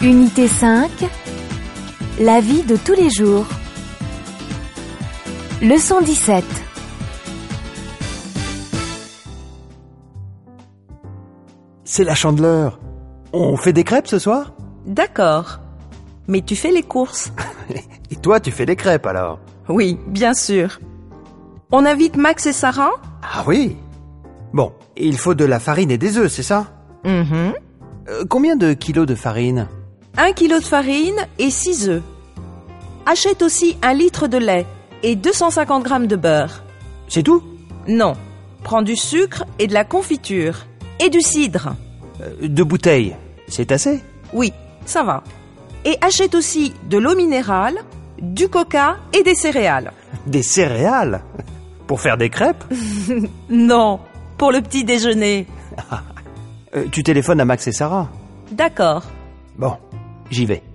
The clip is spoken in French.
Unité 5. La vie de tous les jours. Leçon 17. C'est la chandeleur. On fait des crêpes ce soir D'accord. Mais tu fais les courses Et toi, tu fais des crêpes alors Oui, bien sûr. On invite Max et Sarah Ah oui Bon, il faut de la farine et des œufs, c'est ça Mhm. Euh, Combien de kilos de farine Un kilo de farine et 6 œufs. Achète aussi un litre de lait et 250 grammes de beurre. C'est tout Non. Prends du sucre et de la confiture. Et du cidre. Euh, Deux bouteilles, c'est assez Oui, ça va. Et achète aussi de l'eau minérale, du coca et des céréales. Des céréales Pour faire des crêpes Non, pour le petit déjeuner. Euh, Tu téléphones à Max et Sarah D'accord. Bon, j'y vais.